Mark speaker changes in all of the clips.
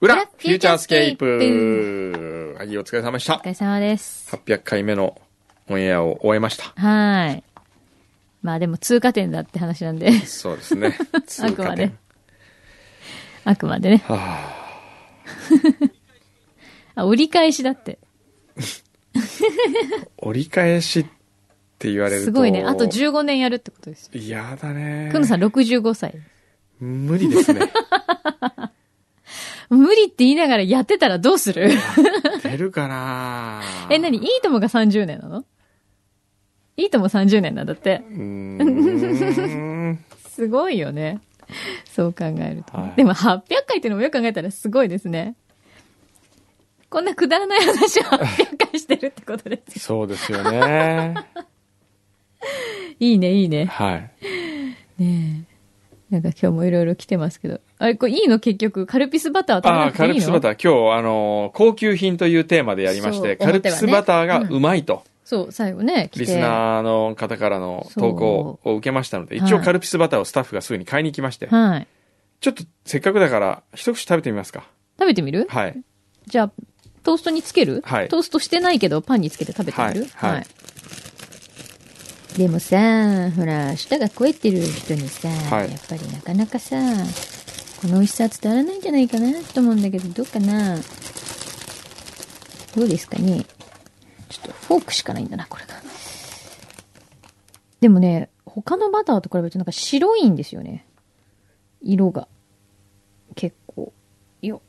Speaker 1: 裏
Speaker 2: 裏
Speaker 1: フューチャースケー
Speaker 2: フューチ
Speaker 1: プはい、お疲れ様でした
Speaker 2: お疲。れ様です。
Speaker 1: 800回目のオンエアを終えました。
Speaker 2: はい。まあでも通過点だって話なんで、
Speaker 1: そうですね。
Speaker 2: あくまで。あくまでね。
Speaker 1: は
Speaker 2: あ、折り返しだって。
Speaker 1: あ、折り返しって言われると。
Speaker 2: すごいね。あと15年やるってことですよ。
Speaker 1: 嫌だね。
Speaker 2: くのさん65歳。
Speaker 1: 無理です ね。
Speaker 2: 無理って言いながらやってたらどうする
Speaker 1: 出るかな
Speaker 2: え、なにいいともが30年なのいいとも30年なんだって。
Speaker 1: うー ん。
Speaker 2: すごいよね。そう考えると。
Speaker 1: はい
Speaker 2: でも800回ってのもよく考えたらすごいですね。こんなくだらない話を800回してるってことですよ。
Speaker 1: そうですよね。
Speaker 2: いいね、いいね。
Speaker 1: はい。
Speaker 2: ねえ。なんか今日もいろいろ来てますけど。あれ、これいいの結局、カルピスバターは食べ
Speaker 1: あ
Speaker 2: な
Speaker 1: あ、
Speaker 2: くて
Speaker 1: カ
Speaker 2: いいの
Speaker 1: ルピスバター、今日、あのー、高級品というテーマでやりまして、
Speaker 2: そう
Speaker 1: カルピスバターが
Speaker 2: 表はね
Speaker 1: うまいと。
Speaker 2: そう、最後ね、来て。
Speaker 1: リスナーの方からの投稿を受けましたので、
Speaker 2: そう
Speaker 1: 一応
Speaker 2: はい
Speaker 1: カルピスバターをスタッフがすぐに買いに行きまして、
Speaker 2: はい。
Speaker 1: ちょっとせっかくだから、一口食べてみますか。
Speaker 2: 食べてみる
Speaker 1: はい。
Speaker 2: じゃあ、トーストにつける、
Speaker 1: はい
Speaker 2: トーストしてないけど、パンにつけて食べてみる
Speaker 1: はいはい
Speaker 2: でもさ、ほら、舌が肥えてる人にさ、
Speaker 1: はい
Speaker 2: やっぱりなかなかさ、この美味しさ伝わらないんじゃないかなと思うんだけど、どうかなどうですかねちょっとフォークしかないんだな、これが。でもね、他のバターと比べるとなんか白いんですよね。色が。結構。よ。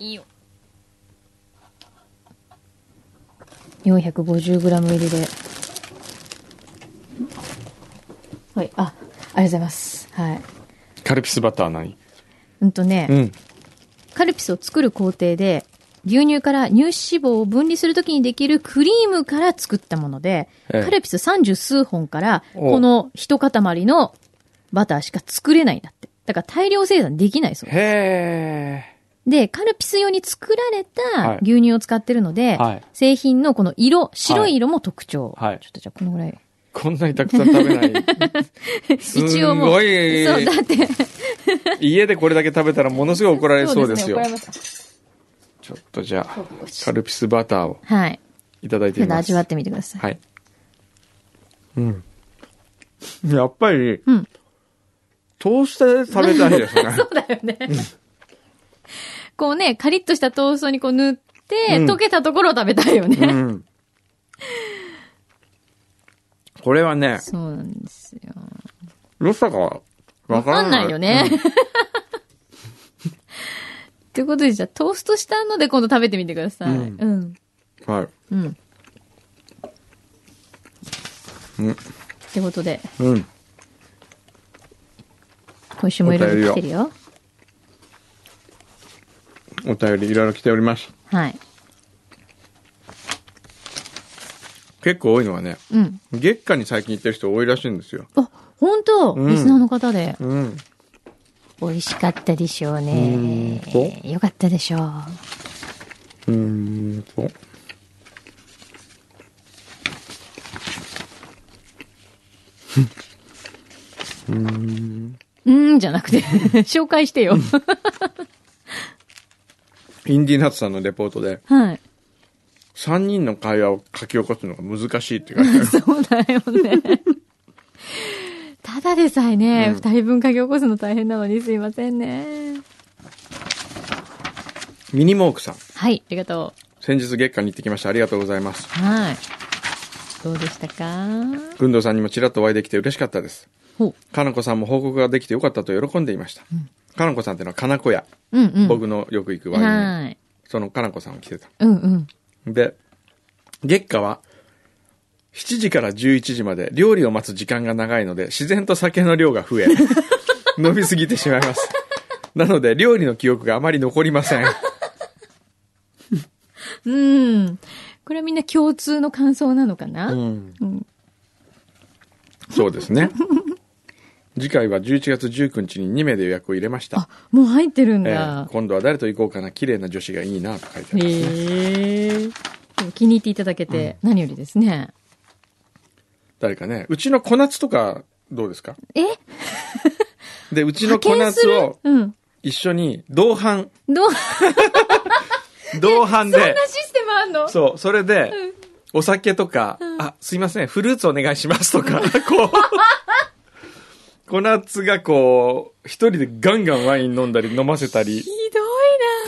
Speaker 2: いいよ。450g 入りで。はい。あ、ありがとうございます。はい。
Speaker 1: カルピスバター何
Speaker 2: うんとね、
Speaker 1: うん。
Speaker 2: カルピスを作る工程で、牛乳から乳脂肪を分離するときにできるクリームから作ったもので、
Speaker 1: ええ
Speaker 2: カルピス30数本から、
Speaker 1: お
Speaker 2: この一塊のバターしか作れないんだって。だから大量生産できないそう。
Speaker 1: へ
Speaker 2: で、カルピス用に作られ
Speaker 1: は
Speaker 2: た
Speaker 1: い
Speaker 2: 牛乳を使ってるので、
Speaker 1: ー。はい。
Speaker 2: 製品のこの色、白い色も特徴。
Speaker 1: はい
Speaker 2: ちょっとじゃあこのぐらい。
Speaker 1: こんなにたくさん食べない。す
Speaker 2: 一応も
Speaker 1: ご
Speaker 2: う。
Speaker 1: い
Speaker 2: そう、だって。
Speaker 1: 家でこれだけ食べたらものすごい怒られそうですよ
Speaker 2: ね。怒られます
Speaker 1: ちょっとじゃあ、カ
Speaker 2: か
Speaker 1: ルピスバターを
Speaker 2: はい。
Speaker 1: いただいて
Speaker 2: ちょ
Speaker 1: み
Speaker 2: っと
Speaker 1: ます。
Speaker 2: 味わってみてください。
Speaker 1: はい。うん。やっぱり、
Speaker 2: うん
Speaker 1: トースターで食べたいですね。
Speaker 2: そうだよね。こうね、カリッとしたトーストにこう塗って、
Speaker 1: うん
Speaker 2: 溶けたところを食べたいよ
Speaker 1: う
Speaker 2: ね。
Speaker 1: ん。これはね、
Speaker 2: そうなんですよ。
Speaker 1: 良さがわ
Speaker 2: わ
Speaker 1: からな
Speaker 2: か
Speaker 1: い。
Speaker 2: んないよね。ということで、じゃあトーストしたので今度食べてみてください。
Speaker 1: う
Speaker 2: うん。
Speaker 1: うん。はい。
Speaker 2: うん。
Speaker 1: うん
Speaker 2: ってことで、
Speaker 1: うん。
Speaker 2: 今週もいろいろ来てるよ。
Speaker 1: お便りいろいろ来ております。
Speaker 2: はい。
Speaker 1: 結構多いのはね、
Speaker 2: うん。
Speaker 1: 月下に最近行ってる人多いらしいんですよ。
Speaker 2: あ、本当、
Speaker 1: うん
Speaker 2: リスナーの方で。
Speaker 1: うん。
Speaker 2: 美味しかったでしょうね
Speaker 1: うーん。
Speaker 2: よかったでしょう。
Speaker 1: うーんと。
Speaker 2: うーんじゃなく て、紹介してよ。
Speaker 1: インディーナッツさんのレポートで、
Speaker 2: はい。
Speaker 1: 3人の会話を書き起こすのが難しいって書いてある。
Speaker 2: そうだよね。ただでさえね、二、人分書き起こすの大変なのにすいませんね。
Speaker 1: ミニモークさん。
Speaker 2: はい、ありがと
Speaker 1: 先日月下に行ってきました。ありがとうございます
Speaker 2: う。。はい。どうでしたか
Speaker 1: 群藤さんにもちらっとお会いできて嬉しかったです。
Speaker 2: ほ
Speaker 1: かなこさんも報告ができてよかったと喜んでいました。かなこさんってのはかなこ屋。
Speaker 2: う。うんうん。
Speaker 1: 僕のよく行くワイン屋に。
Speaker 2: はい。
Speaker 1: そのかなこさんを着てた。
Speaker 2: うんうん。
Speaker 1: で、月下は、 7時から11時まで料理を待つ時間が長いので、自然と酒の量が増え、 飲みすぎてしまいます。なので、料理の記憶があまり残りません。
Speaker 2: うん。これはみんな共通の感想なのかな、
Speaker 1: うんそうですね。次回は11月19日に2名で予約を入れました
Speaker 2: あ。、もう入ってるん
Speaker 1: えー
Speaker 2: だ。
Speaker 1: 今度は誰と行こうかな、綺麗な女子がいいなと書いてあ
Speaker 2: へ
Speaker 1: ります。
Speaker 2: え。でも気に入っていただけて何よりですね。
Speaker 1: 誰かね、うちの小夏とかどうですか
Speaker 2: え
Speaker 1: で、うちの小
Speaker 2: 派遣
Speaker 1: 夏
Speaker 2: する
Speaker 1: を
Speaker 2: うん。
Speaker 1: 一緒に同伴、
Speaker 2: どう、
Speaker 1: 同伴
Speaker 2: そん
Speaker 1: で
Speaker 2: な、システムあんの
Speaker 1: そう、それで、お酒とか、あ、すいません、フルーツお願いしますと か、こう、小夏がこう、一人でガンガンワイン飲んだり飲ませたり
Speaker 2: ひ、どい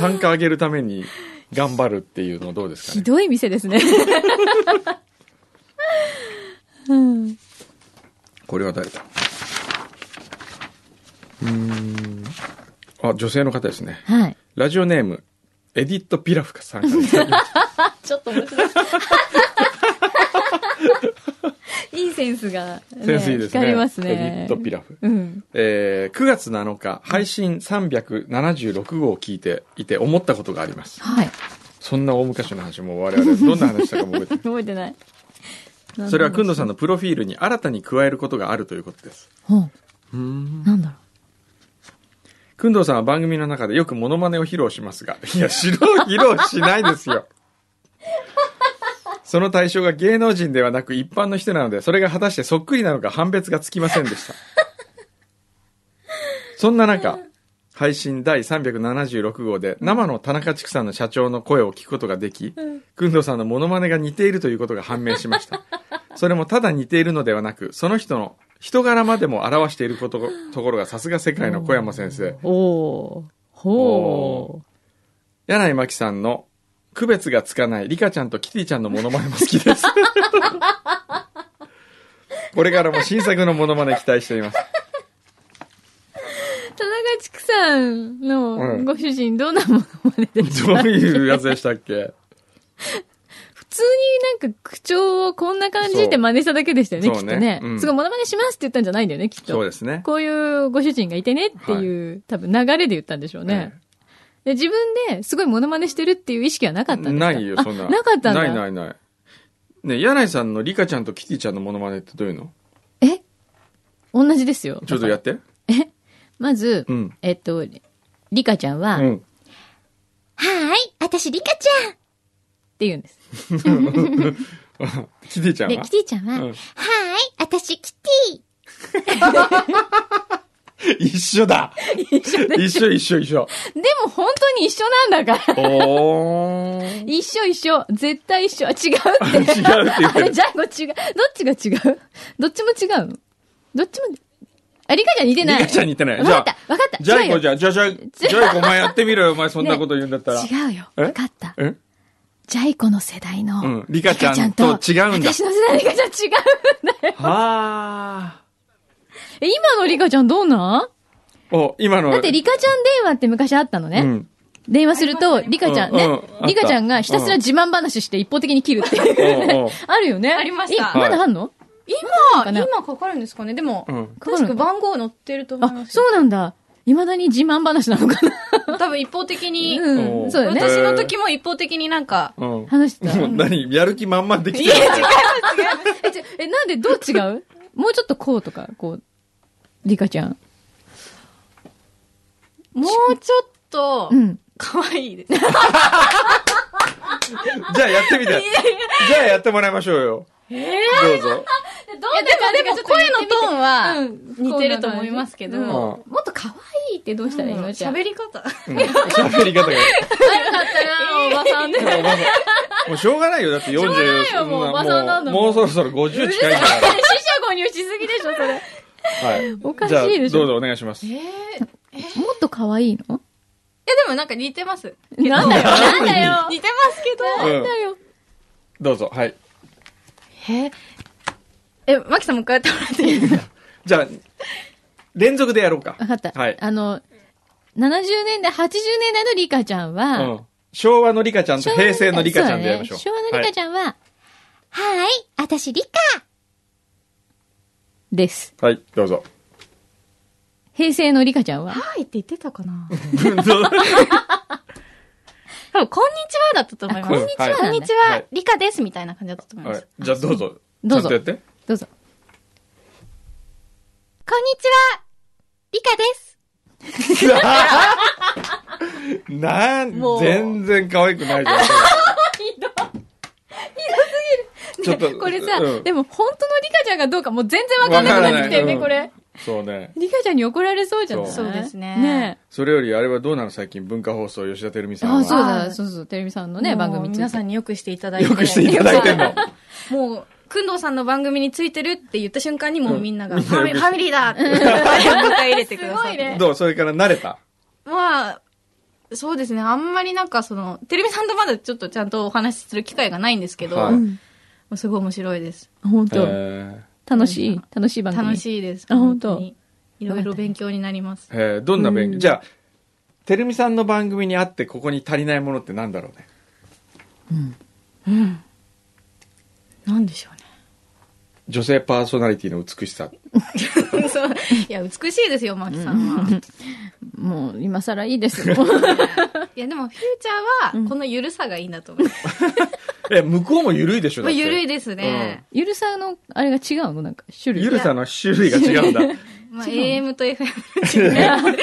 Speaker 2: な。
Speaker 1: 単価上げるために頑張るっていうのどうですか
Speaker 2: ひ
Speaker 1: ね。
Speaker 2: どい店ですね。 うん。
Speaker 1: これは誰だうーん。あ、女性の方ですね。
Speaker 2: はい。
Speaker 1: ラジオネーム、エディット・ピラフさんからいただきました。
Speaker 2: あ、ちょっと面 白い。いいセンスが、 ね、
Speaker 1: センスいいですね。
Speaker 2: 光ります
Speaker 1: エデ
Speaker 2: ね。
Speaker 1: ィット・ピラフ。
Speaker 2: うん。
Speaker 1: えー9月7日、配信376号を聞いていて思ったことがあります。
Speaker 2: はい。
Speaker 1: そんな大昔の話も我々どんな話したかも覚えてる。
Speaker 2: 覚えてない。
Speaker 1: それはくんどさ
Speaker 2: ん。
Speaker 1: んのプロフィールに新たに加えることがあるということです。
Speaker 2: うん。
Speaker 1: うん。
Speaker 2: なんだろう。
Speaker 1: くんどさんは番組の中でよくモノマネを披露しますが、いや、しろ披露しないですよ。その対象が芸能人ではなく一般の人なので、それが果たしてそっくりなのか判別がつきませんでした。そんな中、配信第376号で生の田中畜産の社長の声を聞くことができ、くんどさんのモノマネが似ているということが判明しました。それもただ似ているのではなく、その人の人柄までも表していることところがさすが世界の小山先生。
Speaker 2: おー。ほ
Speaker 1: 柳井真紀さんの区別がつかないリカちゃんとキティちゃんのモノマネも好きです。 これからも新作のモノマネ期待しています。
Speaker 2: ー。田中畜さん
Speaker 1: う
Speaker 2: の
Speaker 1: ん
Speaker 2: ご主人、どんなものまででした
Speaker 1: どういうやつでしたっけ
Speaker 2: 普通になんか口調をこんな感じで真似しただけでしたよね、き
Speaker 1: そう
Speaker 2: っと
Speaker 1: そう
Speaker 2: ね
Speaker 1: ね。うん
Speaker 2: すごい、モノマネしますって言ったんじゃないんだよね、きっと。
Speaker 1: そうですね。
Speaker 2: こういうご主人がいてねっていう、多分流れで言ったんでしょうね。で自分ですごいモノマネしてるっていう意識はなかったんですか
Speaker 1: ないよ、そんな。
Speaker 2: あなかったんだ。
Speaker 1: ないないない。ねえ柳井さんのリカちゃんとキティちゃんのモノマネってどういうの
Speaker 2: え同じですよ。
Speaker 1: ちょっとやって。
Speaker 2: まず、
Speaker 1: うん。
Speaker 2: えっと、リカちゃんは、
Speaker 1: う
Speaker 2: は
Speaker 1: ん。
Speaker 2: ーい、私リカちゃんって言うんです。
Speaker 1: キティちゃん
Speaker 2: で、
Speaker 1: は
Speaker 2: キティちゃんは、
Speaker 1: うん
Speaker 2: はーい、私キティ
Speaker 1: 一緒だ一緒一緒一緒。
Speaker 2: でも本当に一緒なん だから。
Speaker 1: おー。
Speaker 2: 一緒一緒。絶対一緒。あ、違うって。
Speaker 1: 違うって言っ
Speaker 2: あ
Speaker 1: て
Speaker 2: れ、
Speaker 1: る
Speaker 2: ジ。ャンゴ違う。どっちが違うどっちも違うのどっちも、あ、リカちゃん似て
Speaker 1: リ
Speaker 2: ない。
Speaker 1: カちゃん似てない。
Speaker 2: わ
Speaker 1: じゃ
Speaker 2: か
Speaker 1: あ
Speaker 2: っ、た、わかった。
Speaker 1: ジャイ
Speaker 2: 違う
Speaker 1: コ
Speaker 2: よ
Speaker 1: じゃあ、じゃあ、じゃあ、ジャイコお前やってみろよ、お前そんなこと言うんだったら。
Speaker 2: 違うよ。
Speaker 1: え
Speaker 2: わかった。
Speaker 1: え
Speaker 2: ジャイコの世代の、
Speaker 1: うんリカちゃんと違うんだ
Speaker 2: 私の世代のリカちゃん違うんだよ。
Speaker 1: はあ。
Speaker 2: え、今のリカちゃんどうなん
Speaker 1: お、今の。
Speaker 2: だってリカちゃん電話って昔あったのね。
Speaker 1: うん。
Speaker 2: 電話すると、リカちゃんね、
Speaker 1: うんうんあった
Speaker 2: リカちゃんがひたすら自慢話して一方的に切るっていうね、
Speaker 1: おうおう
Speaker 2: あるよね。あ
Speaker 3: りました
Speaker 2: え、まだあんの、
Speaker 3: 今、
Speaker 2: かな
Speaker 3: 今かかるんですかねでも、
Speaker 1: うん
Speaker 3: 確か番号載ってると思いま
Speaker 2: あ、
Speaker 3: す。
Speaker 2: そうなんだ。未だに自慢話なのかな
Speaker 3: 多分一方的に、
Speaker 2: う
Speaker 1: お
Speaker 2: ん。
Speaker 1: う
Speaker 2: そうだよね。
Speaker 3: 私の時も一方的になんか、
Speaker 1: うん。
Speaker 2: 話してた。
Speaker 1: もう何やる気満々できてる。
Speaker 2: え、ちょえ、なんでどう違うもうちょっとこうとか、こう、リカちゃん。
Speaker 3: もうちょっと
Speaker 2: う、ん。
Speaker 3: 可愛い です。
Speaker 1: じゃあやってみて。じゃあやってもらいましょうよ。どうぞ。
Speaker 3: どうでも、でも声のトーンは、似てると思いますけど、
Speaker 2: うん
Speaker 3: も
Speaker 1: うん
Speaker 2: もっと可愛いってどうしたらいいの
Speaker 3: う
Speaker 2: じゃあ。
Speaker 3: 喋り方。
Speaker 1: うん喋り方が。
Speaker 3: おば さんで。
Speaker 1: もうしょうがないよ。だって40。しょうがない
Speaker 2: よもうおばさんなんだも
Speaker 1: もう
Speaker 2: ん
Speaker 1: そろそろ50近いんだか
Speaker 3: 購入しすぎでしょ、それ。
Speaker 1: ら。はい。
Speaker 2: おかしいでし
Speaker 1: じゃあどうぞお
Speaker 2: ょ。
Speaker 1: 願いします。
Speaker 3: えー、
Speaker 2: もっと可愛いの
Speaker 3: え、でもなんか似てます。
Speaker 2: なんだよ。なんだよ。
Speaker 3: 似てますけど。
Speaker 1: うん
Speaker 2: だよ。
Speaker 1: どうぞ。はい。
Speaker 3: ええ、マキさんもう一回やってもらっていいですか
Speaker 1: じゃあ、連続でやろうか。
Speaker 2: わかった。
Speaker 1: はい。
Speaker 2: あの、70年代、80年代のリカちゃんは、
Speaker 1: うん昭和のリカちゃんと平成のリカちゃんでやりましょう。
Speaker 2: そうだね昭和のリカちゃんは、
Speaker 4: はーい、あたし理科
Speaker 2: です。
Speaker 1: はい、どうぞ。
Speaker 2: 平成のリカちゃんは
Speaker 3: はいって言ってたか
Speaker 1: は
Speaker 3: な多分、こんにちはだったと思います。
Speaker 1: あこんにちはなんだ
Speaker 3: こんにち
Speaker 1: は、
Speaker 3: はい理科ですみたいな感じだったと思います
Speaker 1: い。、じゃあどうぞ。
Speaker 2: どうぞ
Speaker 1: ちゃんとや って。
Speaker 2: どうぞ。
Speaker 4: こんにちは理科です
Speaker 1: なん
Speaker 3: も、う
Speaker 1: 全然可愛くないじゃん。ひどい。ひどすぎる。ちょっと。
Speaker 3: これさ、
Speaker 1: うん
Speaker 3: でも本当のリカちゃんがどうかもう全然わかんなくなってきたよね、
Speaker 1: わ
Speaker 3: こ
Speaker 1: からな
Speaker 3: れ。
Speaker 1: そうね。
Speaker 2: リカちゃんに怒られそうじゃない
Speaker 1: そう
Speaker 3: そうですね
Speaker 2: ね
Speaker 1: それより、あれはどうなの最近、文化放送、吉田照美さん
Speaker 2: あ
Speaker 1: は。
Speaker 2: あ、そう
Speaker 3: あ
Speaker 2: だ、
Speaker 3: ー
Speaker 2: そうそう、テレビさんのね、
Speaker 3: もう
Speaker 2: 番組ついて
Speaker 3: 皆さんによくしていただいて。
Speaker 1: よくしていただいてんの。
Speaker 3: もう、くんどうさんの番組についてるって言った瞬間にもうみんなが、
Speaker 1: うん
Speaker 3: ファミファミリ ーだって迎え入れてくださっ
Speaker 2: すごいね
Speaker 3: て。
Speaker 1: どうそれから慣れた。
Speaker 3: まあ、そうですね。あんまりなんかその、テレビさんとまだちょっとちゃんとお話しする機会がないんですけど、
Speaker 1: はい
Speaker 3: もうすごい面白いです。
Speaker 2: 本
Speaker 1: へ
Speaker 2: 当
Speaker 1: ー
Speaker 2: 楽しい楽しい番組。
Speaker 3: 楽しいです。
Speaker 2: あ本当
Speaker 3: にいろいろ勉強になります。
Speaker 1: へーどんな勉
Speaker 2: う
Speaker 1: 強
Speaker 2: ん
Speaker 1: じゃあ、てるみさんの番組にあって、ここに足りないものってなんだろうね。
Speaker 3: なんでしょうね。
Speaker 1: 女性パーソナリティの美しさ。
Speaker 3: そういや、美しいですよ、マキさんは。い
Speaker 2: もう、今更いいですよ。もう
Speaker 3: や、でも、フューチャーは、このゆるさがいいんだと 思う。
Speaker 1: え、向こうも緩いでしょ
Speaker 3: まあ、ゆるい
Speaker 1: で。
Speaker 3: ですね。
Speaker 2: ゆるさの、あれが違うのなんか、種類。
Speaker 1: ゆるさの種類が違うんだ。
Speaker 3: まあ、
Speaker 2: 違うの
Speaker 3: AM と FM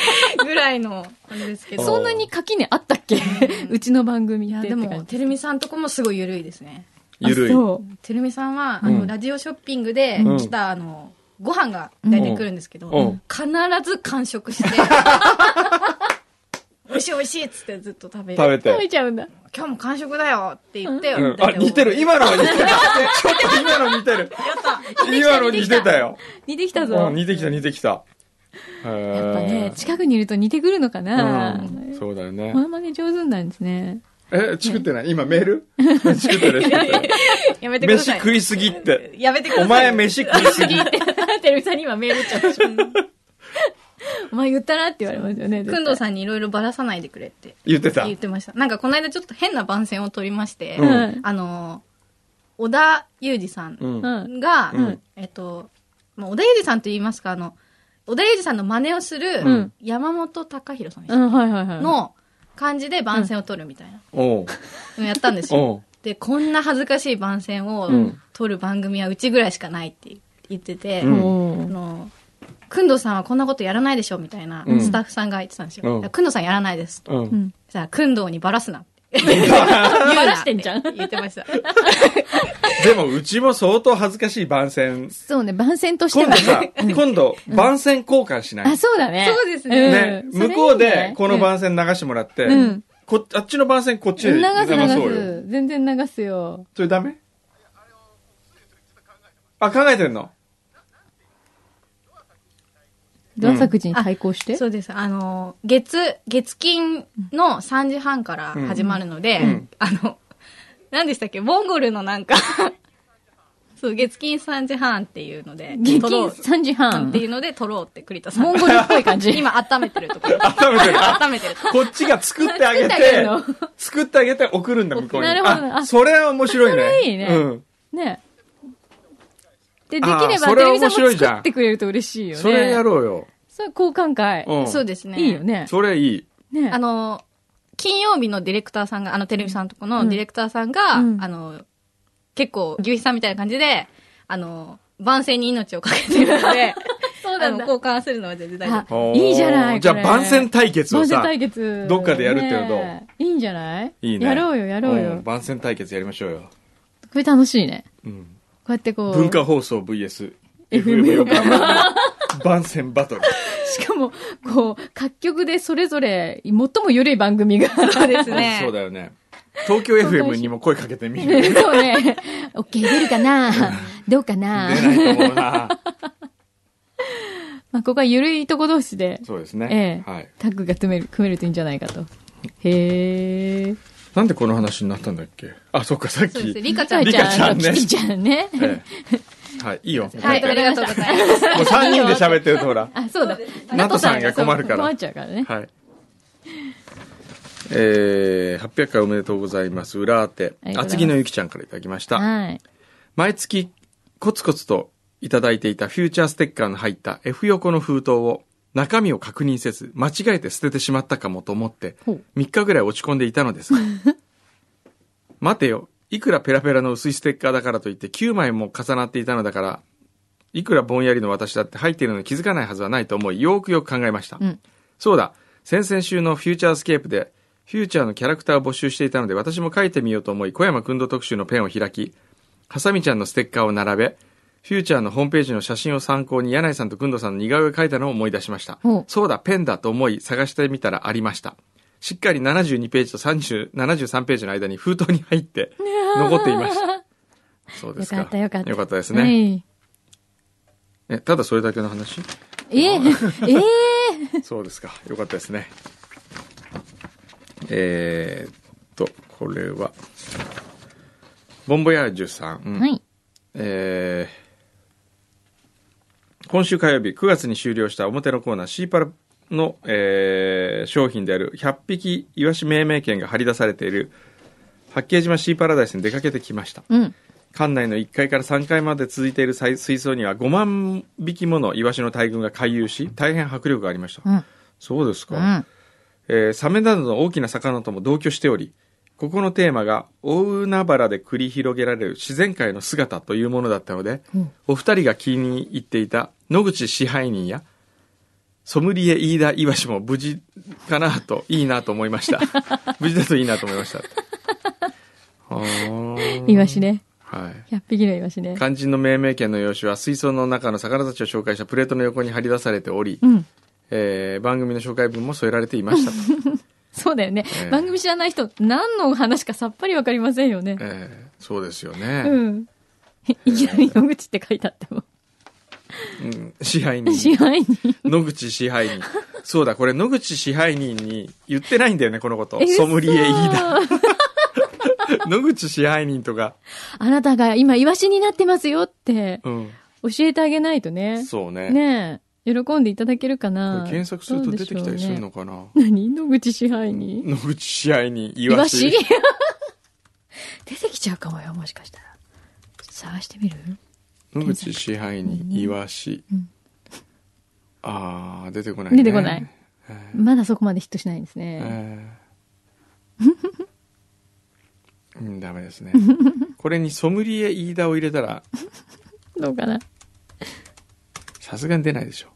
Speaker 3: ぐらいの、あれですけど。
Speaker 2: そんなに垣根あったっけうちの番組
Speaker 3: い
Speaker 2: っ
Speaker 3: や、
Speaker 2: て。
Speaker 3: で
Speaker 2: って
Speaker 3: も、
Speaker 2: 感じ
Speaker 3: てるみさんとこもすごいゆるいですね。
Speaker 1: ゆるい。
Speaker 2: あ
Speaker 1: う
Speaker 2: そ
Speaker 3: てるみさんは、
Speaker 1: ん
Speaker 3: あの、ラジオショッピングで
Speaker 1: うん
Speaker 3: 来た、あの、ご飯が大体来るんですけど、
Speaker 1: うん
Speaker 3: 必ず完食 して、美味しい美味しいっつってずっと食べる。
Speaker 1: 食べ
Speaker 2: う。食べ
Speaker 1: て。
Speaker 2: ちゃうんだ。
Speaker 3: 今日も完食だよって言って、
Speaker 1: うん、あ、
Speaker 3: 大体
Speaker 1: 似てる。今のは似て る。ちょっと今の似てる。今の似てたよ。
Speaker 2: 似てきた
Speaker 1: う
Speaker 2: ぞ
Speaker 1: ん。似てきた似てきた。や
Speaker 2: やっぱね、近くにいると似てくるのかな。
Speaker 1: うん、そうだよね
Speaker 2: モ。ノマネ上手なんですね。
Speaker 1: え、作ってない今メー ル作ってる作って
Speaker 3: やめて
Speaker 1: る。
Speaker 3: くだ
Speaker 1: 飯
Speaker 3: さい。
Speaker 1: 食いすぎって。
Speaker 3: やめてくださ
Speaker 1: お
Speaker 3: い。
Speaker 1: 前飯食いすぎ。
Speaker 2: てるみさんに今メールちゃうでしょ。お前言ったなって言われますよね。
Speaker 3: くんどうさんにいろいろばらさないでくれって
Speaker 1: 言ってた。
Speaker 3: 言ってました。なんかこの間ちょっと変な番宣を取りまして、
Speaker 1: うん
Speaker 3: あの、小田裕二さん
Speaker 1: うん。う
Speaker 2: う
Speaker 1: ん
Speaker 2: ん。
Speaker 3: が、
Speaker 1: うん
Speaker 3: えっと、まあ、小田裕二さんと言いますか、あの、小田裕二さんの真似をす
Speaker 1: う
Speaker 3: る
Speaker 1: ん
Speaker 3: 山本隆弘さんでし
Speaker 2: う
Speaker 3: た
Speaker 2: ん、はいはいはい。、
Speaker 3: の感じで番宣を取るみたいな
Speaker 1: おう
Speaker 3: のやったんですよ。
Speaker 1: おう
Speaker 3: で、こんな恥ずかしい番宣を
Speaker 1: うん
Speaker 3: 取る番組はうちぐらいしかないって言ってて、
Speaker 1: うん
Speaker 3: あ
Speaker 2: お
Speaker 3: の、くんどうさんはこんなことやらないでしょみたいな
Speaker 1: うん
Speaker 3: スタッフさんが言ってたんです
Speaker 1: うん
Speaker 3: よ。だからくんどうさんやらないです。
Speaker 1: う。
Speaker 2: うんん。
Speaker 3: じゃあ、くんどうにバラす なって。バ
Speaker 2: バラしてんじゃん
Speaker 3: 言ってました。
Speaker 1: でも、うちも相当恥ずかしい番宣。
Speaker 2: そうね、番宣として
Speaker 1: 今
Speaker 2: は
Speaker 1: 度。さ、今度、番宣交換しない
Speaker 2: あ、。そうだね。
Speaker 3: そうですね
Speaker 1: ね、
Speaker 2: んそれい
Speaker 1: 向
Speaker 2: いね
Speaker 1: こうでこの番宣流してもらって、
Speaker 2: うん
Speaker 1: こあっちの番宣こっちで
Speaker 2: 流
Speaker 1: 流
Speaker 2: す
Speaker 1: そうよ。
Speaker 2: 流す。全然流すよ。
Speaker 1: それダメあ、考えてんの
Speaker 2: ドア作人に対抗して。
Speaker 3: そうです。あの、月、月金の3時半から始まるので、
Speaker 1: うん
Speaker 3: あの、何でしたっけ、モンゴルのなんか、 そう、月金3時半っていうので、
Speaker 2: 現
Speaker 3: 撮ろ
Speaker 2: 金
Speaker 3: う
Speaker 2: 3時半
Speaker 3: って。いうので撮ろうって栗田さん
Speaker 2: モン
Speaker 3: が。
Speaker 2: ゴルっぽい感じ。
Speaker 3: 今温めてるところ。
Speaker 1: 温めてる。
Speaker 3: 温めてるとこ
Speaker 1: こっちが作ってあげ
Speaker 2: 作ってあげる
Speaker 1: て
Speaker 2: の、
Speaker 1: 作ってあげて送るんだ、向こうに。
Speaker 2: なるほど
Speaker 1: あ、
Speaker 2: あ
Speaker 1: それは面白いね。
Speaker 2: それいいね
Speaker 1: うん。
Speaker 2: ね。で、でき
Speaker 1: あー
Speaker 2: れ
Speaker 1: そ
Speaker 2: ば、テ
Speaker 1: れ
Speaker 2: レ
Speaker 1: は
Speaker 2: ビさ
Speaker 1: 面
Speaker 2: んも
Speaker 1: 白いじゃん
Speaker 2: 作ってくれると嬉しいよね。
Speaker 1: それやろうよ。
Speaker 2: それ交換会。
Speaker 1: う
Speaker 3: ろ。
Speaker 1: ん。
Speaker 3: そうですね。
Speaker 2: いいよ。ね。
Speaker 1: それいい。
Speaker 2: ね。
Speaker 3: あの、金曜日のディレクターさんが、あの、テレビさんとこ
Speaker 2: うん
Speaker 3: のディレクターさんが、
Speaker 2: うん
Speaker 3: あの、結構、牛皮さんみたいな感じで、あの、番宣に命をかけてるので、
Speaker 2: そう
Speaker 3: あの、交換するのは全然大丈夫
Speaker 2: あ。いいじゃない。
Speaker 1: じゃあ
Speaker 2: これ
Speaker 1: 番宣対決を
Speaker 2: 番宣
Speaker 1: さ、
Speaker 2: 対決。
Speaker 1: どっかでやるっていうのどう
Speaker 2: ねえいいんじゃない
Speaker 1: いいね
Speaker 2: やろうよ、やろうよ。
Speaker 1: ん番宣対決やりましょうよ。
Speaker 2: これ楽しいね。
Speaker 1: うん。
Speaker 2: こうやってこう。
Speaker 1: 文化放送 VS
Speaker 2: FM
Speaker 1: FM 横 浜の番宣バトル。
Speaker 2: しかも、こう、各局でそれぞれ、最も緩い番組が。
Speaker 3: そうですね。
Speaker 1: そうだよね。東京 FM にも声かけて みる。
Speaker 2: そうね。オッケー出るかなどうかな
Speaker 1: 出ないと思うな。
Speaker 2: まあ、ここは緩いとこ同士で、
Speaker 1: そうです
Speaker 2: え
Speaker 1: ね。
Speaker 2: え、
Speaker 1: はい。
Speaker 2: タッグが組める、組めるといいんじゃないかと。へえ。
Speaker 1: なんでこの話になったんだっけあ、そっか、さっ
Speaker 3: そうです。
Speaker 1: き。
Speaker 3: リカちゃん
Speaker 1: リ
Speaker 3: と
Speaker 1: カちゃんね
Speaker 2: キキちゃんね。
Speaker 1: ええはい、いいよ。
Speaker 3: はい、ありがとうございます。
Speaker 1: もう3人で喋ってるとほら。
Speaker 2: あ、そうだ。
Speaker 1: ナトさんが困るから
Speaker 2: 困っちゃうからね。
Speaker 1: はい。えー、800回おめでとうございます。裏当て
Speaker 2: あり。がとうございます
Speaker 1: 厚木のゆきちゃんからいただきました。
Speaker 2: はい。
Speaker 1: 毎月コツコツといただいていたフューチャーステッカーの入った F 横の封筒を中身を確認せず間違えて捨ててしまったかもと思って
Speaker 2: ほう
Speaker 1: 3日ぐらい落ち込んでいたのです が待てよいくらペラペラの薄いステッカーだからといって9枚も重なっていたのだからいくらぼんやりの私だって入っているのに気づかないはずはないと思いよくよく考えました、
Speaker 2: うん
Speaker 1: そうだ先々週のフューチャースケープでフューチャーのキャラクターを募集していたので私も書いてみようと思い小山君と特集のペンを開きハサミちゃんのステッカーを並べフューチャーのホームページの写真を参考に柳井さんとくんどさんの似顔絵を描いたのを思い出しました
Speaker 2: お
Speaker 1: そうだペンだと思い探してみたらありましたしっかり72ページと30 73ページの間に封筒に入って残っていましたそうで
Speaker 2: よ
Speaker 1: すか
Speaker 2: かったよかった。
Speaker 1: よかったですね、
Speaker 2: はい
Speaker 1: えただそれだけの話
Speaker 2: え、 えー、
Speaker 1: そうですか。よかったですね。えー、っと、これは、ボンボヤージュさん。うん
Speaker 2: はい。
Speaker 1: えー今週火曜日9月に終了した表のコーナーシーパラの、えー商品である100匹イワシ命名券が張り出されている八景島シーパラダイスに出かけてきました。
Speaker 2: うん。
Speaker 1: 館内の1階から3階まで続いている水水槽には5万匹ものイワシの大群が回遊し大変迫力がありました、
Speaker 2: うん。
Speaker 1: そうですか、
Speaker 2: うん。
Speaker 1: えーサメなどの大きな魚とも同居しておりここのテーマが大海原で繰り広げられる自然界の姿というものだったので、
Speaker 2: うん
Speaker 1: お二人が気に入っていた野口支配人やソムリエ飯田イワシも無事かなといいなと思いま した無事だといいなと思いましたはー
Speaker 2: イワシね。
Speaker 1: はい
Speaker 2: 100匹のイワシね。
Speaker 1: 肝心の命名権の用紙は水槽の中の魚たちを紹介したプレートの横に張り出されており、
Speaker 2: うん。
Speaker 1: えー番組の紹介文も添えられていましたと、
Speaker 2: そうだよね。
Speaker 1: ええ
Speaker 2: 番組知らない人、何の話かさっぱりわかりませんよね。
Speaker 1: えーそうですよね、
Speaker 2: うん。いきなり野口って書いてあっても。
Speaker 1: うん支配
Speaker 2: 支
Speaker 1: 人
Speaker 2: 配人。
Speaker 1: 野口支配人そうだこれ野口支配人に言ってないんだよねこのこと
Speaker 2: え
Speaker 1: ソムリエ飯田
Speaker 2: 嘘
Speaker 1: 野口支配人とか、
Speaker 2: あなたが今イワシになってますよって
Speaker 1: うん、
Speaker 2: 教えてあげないとね。
Speaker 1: そうね
Speaker 2: ねえ。喜んでいただけるか
Speaker 1: これ
Speaker 2: な。
Speaker 1: 検索すると
Speaker 2: どう
Speaker 1: 出
Speaker 2: でしてょ
Speaker 1: き
Speaker 2: う
Speaker 1: たりする
Speaker 2: ね
Speaker 1: のかな、
Speaker 2: 何野口支配人。
Speaker 1: 野口支配人イ
Speaker 2: イ
Speaker 1: ワ
Speaker 2: ワ
Speaker 1: シ
Speaker 2: シ 出てきちゃうかもよ、もしかしたら。ちょっと探してみる
Speaker 1: 野口支配人イワシ、
Speaker 2: うん
Speaker 1: あー出てこない、ね、
Speaker 2: 出てこない。まだそこまでヒットしないんですね。
Speaker 1: え ーうん、ダメですね。これにソムリエ飯田を入れたら、
Speaker 2: どうかな。
Speaker 1: さすがに出ないでしょ。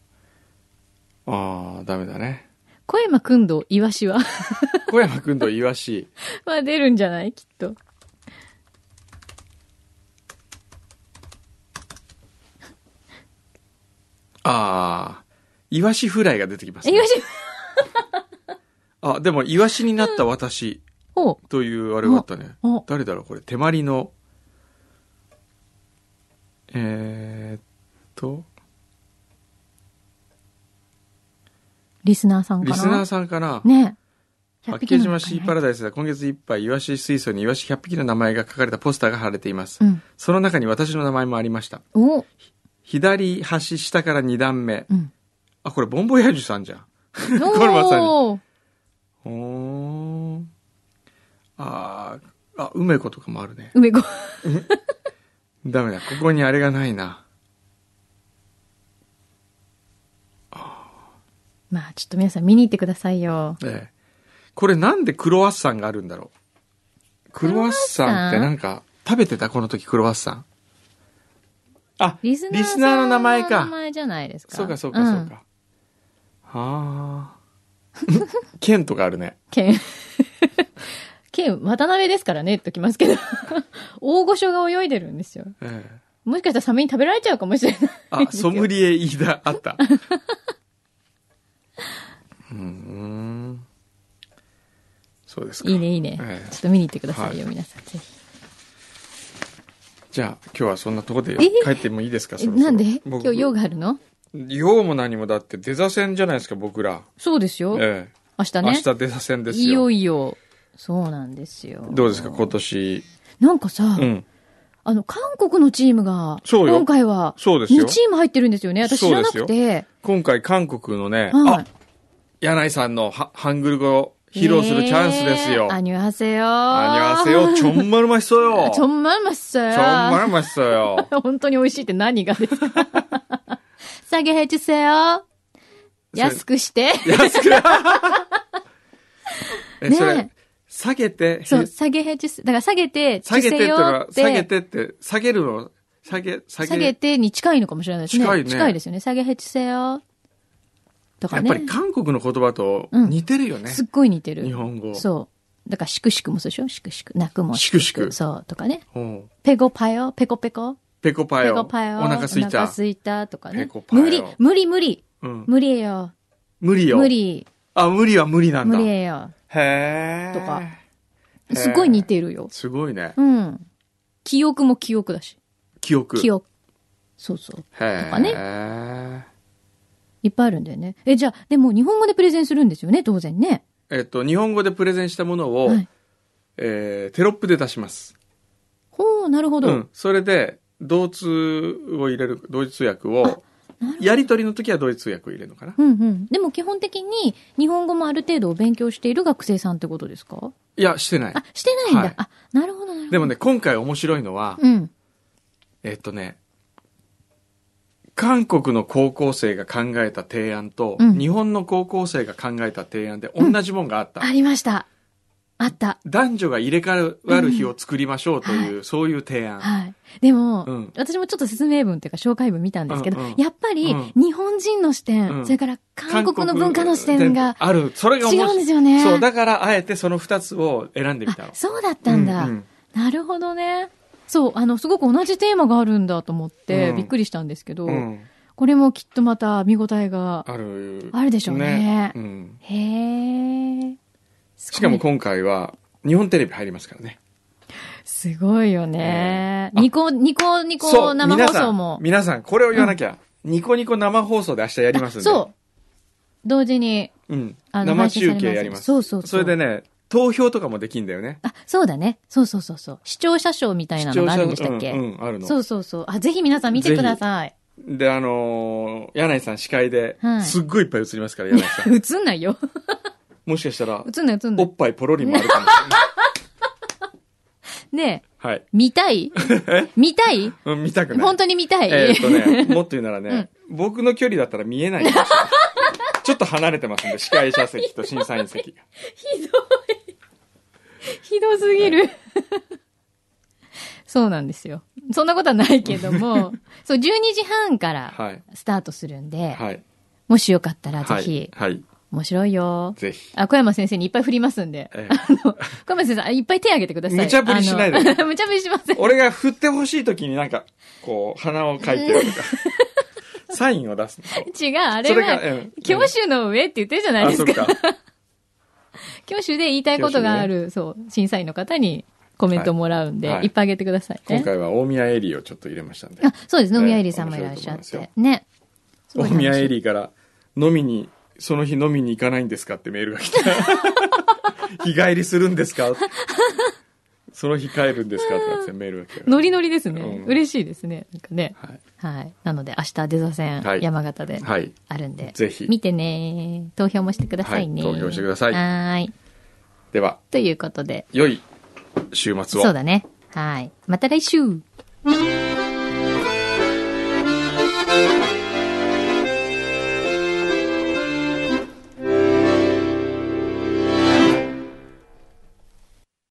Speaker 1: ああ、ダメだね。
Speaker 2: 小山くんどイワシは
Speaker 1: 小山君とイワシ。
Speaker 2: まあ出るんじゃないきっと。
Speaker 1: ああ、イワシフライが出てきます、
Speaker 2: イ
Speaker 1: ね
Speaker 2: ワ。シ
Speaker 1: あ、でも、イワシになった私
Speaker 2: お
Speaker 1: というあれがあったね。
Speaker 2: おお
Speaker 1: 誰だろうこれ、手まりの。えー、っと、
Speaker 2: リスナーさんかな
Speaker 1: リスナーさんかな
Speaker 2: ねえ。
Speaker 1: 八景島シーパ
Speaker 2: ラ。
Speaker 1: ラダイスでは今月いっぱいイワシ水槽にイワシ100匹の名前が書かれたポスターが貼られています、
Speaker 2: うん。
Speaker 1: その中に私の名前もありました
Speaker 2: お
Speaker 1: 左端下から2段目
Speaker 2: うん。
Speaker 1: あこれボンボヤージュさんじゃん
Speaker 2: お
Speaker 1: これまさに
Speaker 2: ー
Speaker 1: ほーんあーあ梅子とかもあるね
Speaker 2: 梅子。
Speaker 1: ダメだここにあれがないな
Speaker 2: まあちょっと皆さん見に行ってくださいよ。
Speaker 1: ええこれなんでクロワッサンがあるんだろうクロワッサンってなんか食べてたこの時クロワッサンあ
Speaker 2: リスナー
Speaker 1: リスナーの名前か
Speaker 2: 名前じゃないですか。
Speaker 1: そうかそうかそう。か。 はあ。剣とかあるね。
Speaker 2: ケン。ケン、渡辺ですからね、言っときますけど。大御所が泳いでるんですよ。
Speaker 1: ええ
Speaker 2: もしかしたらサメに食べられちゃうかもしれない。
Speaker 1: あ、ソムリエ飯田あ った。うーん。そうですか。
Speaker 2: いいね、いいね。
Speaker 1: ええ
Speaker 2: ちょっと見に行ってくださいよ、
Speaker 1: は
Speaker 2: 皆さん。ぜひ。
Speaker 1: じゃあ今日はそんなとこで
Speaker 2: え
Speaker 1: 帰ってもいいですか。そ
Speaker 2: え、
Speaker 1: ろそろ
Speaker 2: なんで今
Speaker 1: 僕
Speaker 2: 日用があるの
Speaker 1: 用も何もだって出座戦じゃないですか僕ら。
Speaker 2: そうですよ。
Speaker 1: ええ。
Speaker 2: 明日
Speaker 1: 明
Speaker 2: ね。
Speaker 1: 日出座戦です
Speaker 2: いよ
Speaker 1: よ。
Speaker 2: いよ。そうなんですよ。
Speaker 1: どうですか今年。
Speaker 2: なんかさ、
Speaker 1: うん。
Speaker 2: あの、韓国のチームが、
Speaker 1: そうよ
Speaker 2: 今回は、
Speaker 1: そうです
Speaker 2: 2
Speaker 1: よ。
Speaker 2: チーム入ってるんですよね。私知らなく
Speaker 1: そう
Speaker 2: て。
Speaker 1: 今回韓国のね、
Speaker 2: は
Speaker 1: あ、柳井さんのハハングル語披露するチャンスですよ。
Speaker 2: えーアニュアセヨ
Speaker 1: あにわ せよ、ちょんまるましそうよ。
Speaker 2: ちょんまんまっすよ。
Speaker 1: ちょん まるましそうよ。
Speaker 2: 本当に美味し いって何がですか下げへちせよ。安 くして。
Speaker 1: 安く。え、それ
Speaker 2: ね、
Speaker 1: 下げて、
Speaker 2: そう、
Speaker 1: へ
Speaker 2: 下げへちせ、だから下げて、
Speaker 1: 下げてって
Speaker 2: ちせ
Speaker 1: の
Speaker 2: よ
Speaker 1: は、
Speaker 2: って
Speaker 1: 下げてって、下げるの、下げ、下げ、
Speaker 2: 下げてに近いのかもしれないですね。
Speaker 1: 近いね
Speaker 2: ですよね。下げへちせよ。と
Speaker 1: や
Speaker 2: か
Speaker 1: っ
Speaker 2: ね。
Speaker 1: ぱり韓国の言葉と
Speaker 2: うん
Speaker 1: 似てるよね。
Speaker 2: すっごい似てる。
Speaker 1: 日本語
Speaker 2: そう。だから、しくしくもそうでしょしくしく。泣くも。
Speaker 1: しくしく
Speaker 2: そう。とかね。
Speaker 1: うん
Speaker 2: ペコパヨ、ペコペコ。
Speaker 1: ペコパ
Speaker 2: ペ
Speaker 1: よ。
Speaker 2: コパヨ。
Speaker 1: お腹すい
Speaker 2: お
Speaker 1: た。
Speaker 2: 腹すいたとか
Speaker 1: ペ
Speaker 2: ね。
Speaker 1: コパヨ
Speaker 2: 無理、無理、無理。
Speaker 1: うん
Speaker 2: 無理よ。
Speaker 1: 無理よ。
Speaker 2: 無。理、
Speaker 1: あ、無理は無理なん
Speaker 2: 無
Speaker 1: だ。
Speaker 2: 理よ。
Speaker 1: へー
Speaker 2: とか。
Speaker 1: ー
Speaker 2: すごい似てるよ。
Speaker 1: すごいね。
Speaker 2: うん。記憶も記憶だし。
Speaker 1: 記憶。
Speaker 2: 記
Speaker 1: 憶。
Speaker 2: 憶。そうそう。
Speaker 1: へー
Speaker 2: とかねいっぱいあるんだよね。え、じゃあ、でも日本語でプレゼンするんですよね、当然ね。
Speaker 1: えっと、日本語でプレゼンしたものを、
Speaker 2: はい
Speaker 1: えーテロップで出します。
Speaker 2: ほう、なるほど。
Speaker 1: うん。それで、同通を入れる、同時通訳を、
Speaker 2: なるほど
Speaker 1: やりとりの時は同時通訳を入れるのかな。
Speaker 2: うんうん。でも基本的に日本語もある程度お勉強している学生さんってことですか
Speaker 1: いや、してない
Speaker 2: あ。、してないんだ。
Speaker 1: はい
Speaker 2: あ、なるほど、なるほど。
Speaker 1: でもね、今回面白いのは、
Speaker 2: うん。
Speaker 1: えっとね、韓国の高校生が考えた提案と、
Speaker 2: うん
Speaker 1: 日本の高校生が考えた提案で同じもんがあった。
Speaker 2: ありました。あった。
Speaker 1: 男女が入れ替わる日を作りましょうという、そういう提案。
Speaker 2: はい。でも、
Speaker 1: うん
Speaker 2: 私もちょっと説明文っていうか紹介文見たんですけど、
Speaker 1: うんうん
Speaker 2: やっぱり
Speaker 1: うん
Speaker 2: 日本人の視点、
Speaker 1: うん
Speaker 2: それから韓国の文化の視点が
Speaker 1: ある。それが面
Speaker 2: 違
Speaker 1: 白い
Speaker 2: うんですよね。
Speaker 1: そう、だからあえてその二つを選んでみた
Speaker 2: あ
Speaker 1: の。
Speaker 2: そうだったんだ、
Speaker 1: うんうん
Speaker 2: なるほどね。そう、あの、すごく同じテーマがあるんだと思って、
Speaker 1: うん
Speaker 2: びっくりしたんですけど、
Speaker 1: うん
Speaker 2: これもきっとまた見応えが。
Speaker 1: ある。
Speaker 2: あるでしょうね
Speaker 1: うん
Speaker 2: へえ。
Speaker 1: しかも
Speaker 2: こ
Speaker 1: 今回は、日本テレビ入りますからね。
Speaker 2: すごいよね。
Speaker 1: えーあ
Speaker 2: ニコ、ニコ、ニ
Speaker 1: そ
Speaker 2: コ
Speaker 1: う
Speaker 2: 生放送も。
Speaker 1: 皆さん、皆さんこれを言わなきゃ。ニコニコ生放送で明日やりますんで。
Speaker 2: そう。同時に、
Speaker 1: うん。
Speaker 2: あの
Speaker 1: 生中継やります。
Speaker 2: そうそうそう
Speaker 1: それでね、投票とかもできんだよね。
Speaker 2: あ、そうだね。そうそうそうそう。視聴者賞みたいなのがあるんでしたっけ、
Speaker 1: うん、うん、あるの。
Speaker 2: そうそうそう。あ、ぜひ皆さん見てください。
Speaker 1: で、あのー柳井さん司会で
Speaker 2: はい、
Speaker 1: すっごいいっぱい映りますから、柳井さん。
Speaker 2: 映んないよ。
Speaker 1: もしかしたら、
Speaker 2: 映んない映んな
Speaker 1: お
Speaker 2: い
Speaker 1: っ。ぱいポロリもあるかもしれない。
Speaker 2: ねえ、
Speaker 1: はい。
Speaker 2: 見 たい見たい
Speaker 1: うん、見たくない。
Speaker 2: 本当に見たい、
Speaker 1: えーっとね、もっと言うならね、僕の距離だったら見えないん ですよちょっと離れてますんで、司会者席と審査員席が。
Speaker 2: ひどすぎる。 そうなんですよ。そんなことはないけども、そう、12時半から
Speaker 1: はい。
Speaker 2: スタートするんで、
Speaker 1: はい。
Speaker 2: もしよかったらぜ
Speaker 1: は
Speaker 2: ひ、
Speaker 1: い。はい。
Speaker 2: 面白いよ。
Speaker 1: ぜひ。
Speaker 2: あ、小山先生にいっぱい振りますんで。
Speaker 1: え
Speaker 2: あの、小山先生、あいっぱい手挙げてください。
Speaker 1: 無茶ぶりしないで
Speaker 2: あの 無茶ぶりしません。
Speaker 1: 俺が振ってほしい時になんか、こう、鼻を描いて るとか、サインを出すの。
Speaker 2: 違う、あれ
Speaker 1: それがう
Speaker 2: は
Speaker 1: ん、
Speaker 2: 教習の上って言ってるじゃない
Speaker 1: あ、
Speaker 2: で
Speaker 1: そ
Speaker 2: す
Speaker 1: っ
Speaker 2: か。
Speaker 1: か。
Speaker 2: 教習で言いたいことがある、そう、審査員の方にコメントもらうんで、
Speaker 1: はい
Speaker 2: い、っぱいあげてくださいね。
Speaker 1: 今回は大宮エリーをちょっと入れましたんで。
Speaker 2: あ、そうですね。
Speaker 1: ええ
Speaker 2: 宮入りさんもいらっしゃっ
Speaker 1: 面白い
Speaker 2: て
Speaker 1: と。
Speaker 2: ね。すご
Speaker 1: 大
Speaker 2: い楽しい
Speaker 1: 宮エリーから、飲みに、その日飲みに行かないんですかってメールが来て。 日帰りするんですかその日帰るんですかとかってメールが来て。
Speaker 2: ノリノリですね。
Speaker 1: うん
Speaker 2: 嬉しいですね。なんかね。
Speaker 1: はい。
Speaker 2: はい。なので、明日、出座戦、
Speaker 1: はい
Speaker 2: 山形で
Speaker 1: はい。
Speaker 2: あるんで。
Speaker 1: ぜひ
Speaker 2: 見てね。投票もしてくださいね。
Speaker 1: はい投票してください
Speaker 2: はーい。
Speaker 1: では、
Speaker 2: ということで。
Speaker 1: 良い週末を。
Speaker 2: そうだね。はい。また来週